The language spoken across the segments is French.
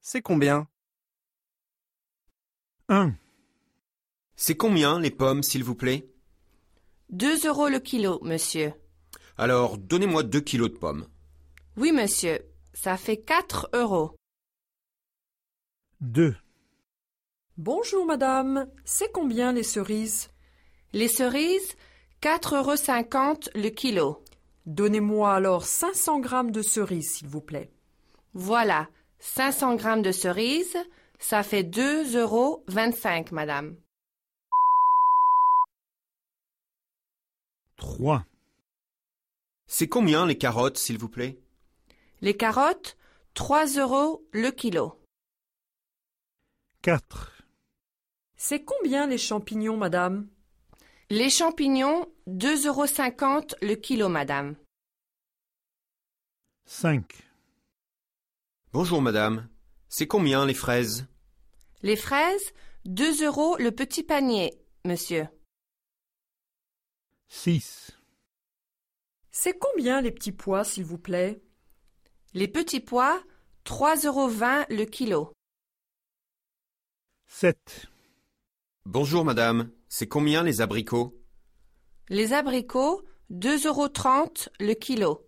C'est combien un, C'est combien les pommes, s'il vous plaît Deux euros le kilo, monsieur. Alors, donnez-moi deux kilos de pommes. Oui, monsieur. Ça fait quatre euros. deux, Bonjour madame, c'est combien les cerises Les cerises, quatre euros cinquante le kilo. Donnez-moi alors 500 grammes de cerises, s'il vous plaît. Voilà, 500 grammes de cerises, ça fait deux euros vingt-cinq, madame. trois, C'est combien les carottes, s'il vous plaît Les carottes, trois euros le kilo. quatre, C'est combien les champignons, madame Les champignons, deux euros cinquante le kilo, madame. cinq, Bonjour, madame. C'est combien les fraises Les fraises, deux euros le petit panier, monsieur. six, C'est combien les petits pois, s'il vous plaît Les petits pois, trois euros vingt le kilo. sept, Bonjour, madame. C'est combien les abricots Les abricots, deux euros trente le kilo.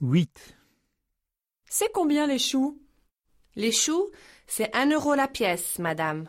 huit, C'est combien les choux Les choux, c'est un euro la pièce, madame.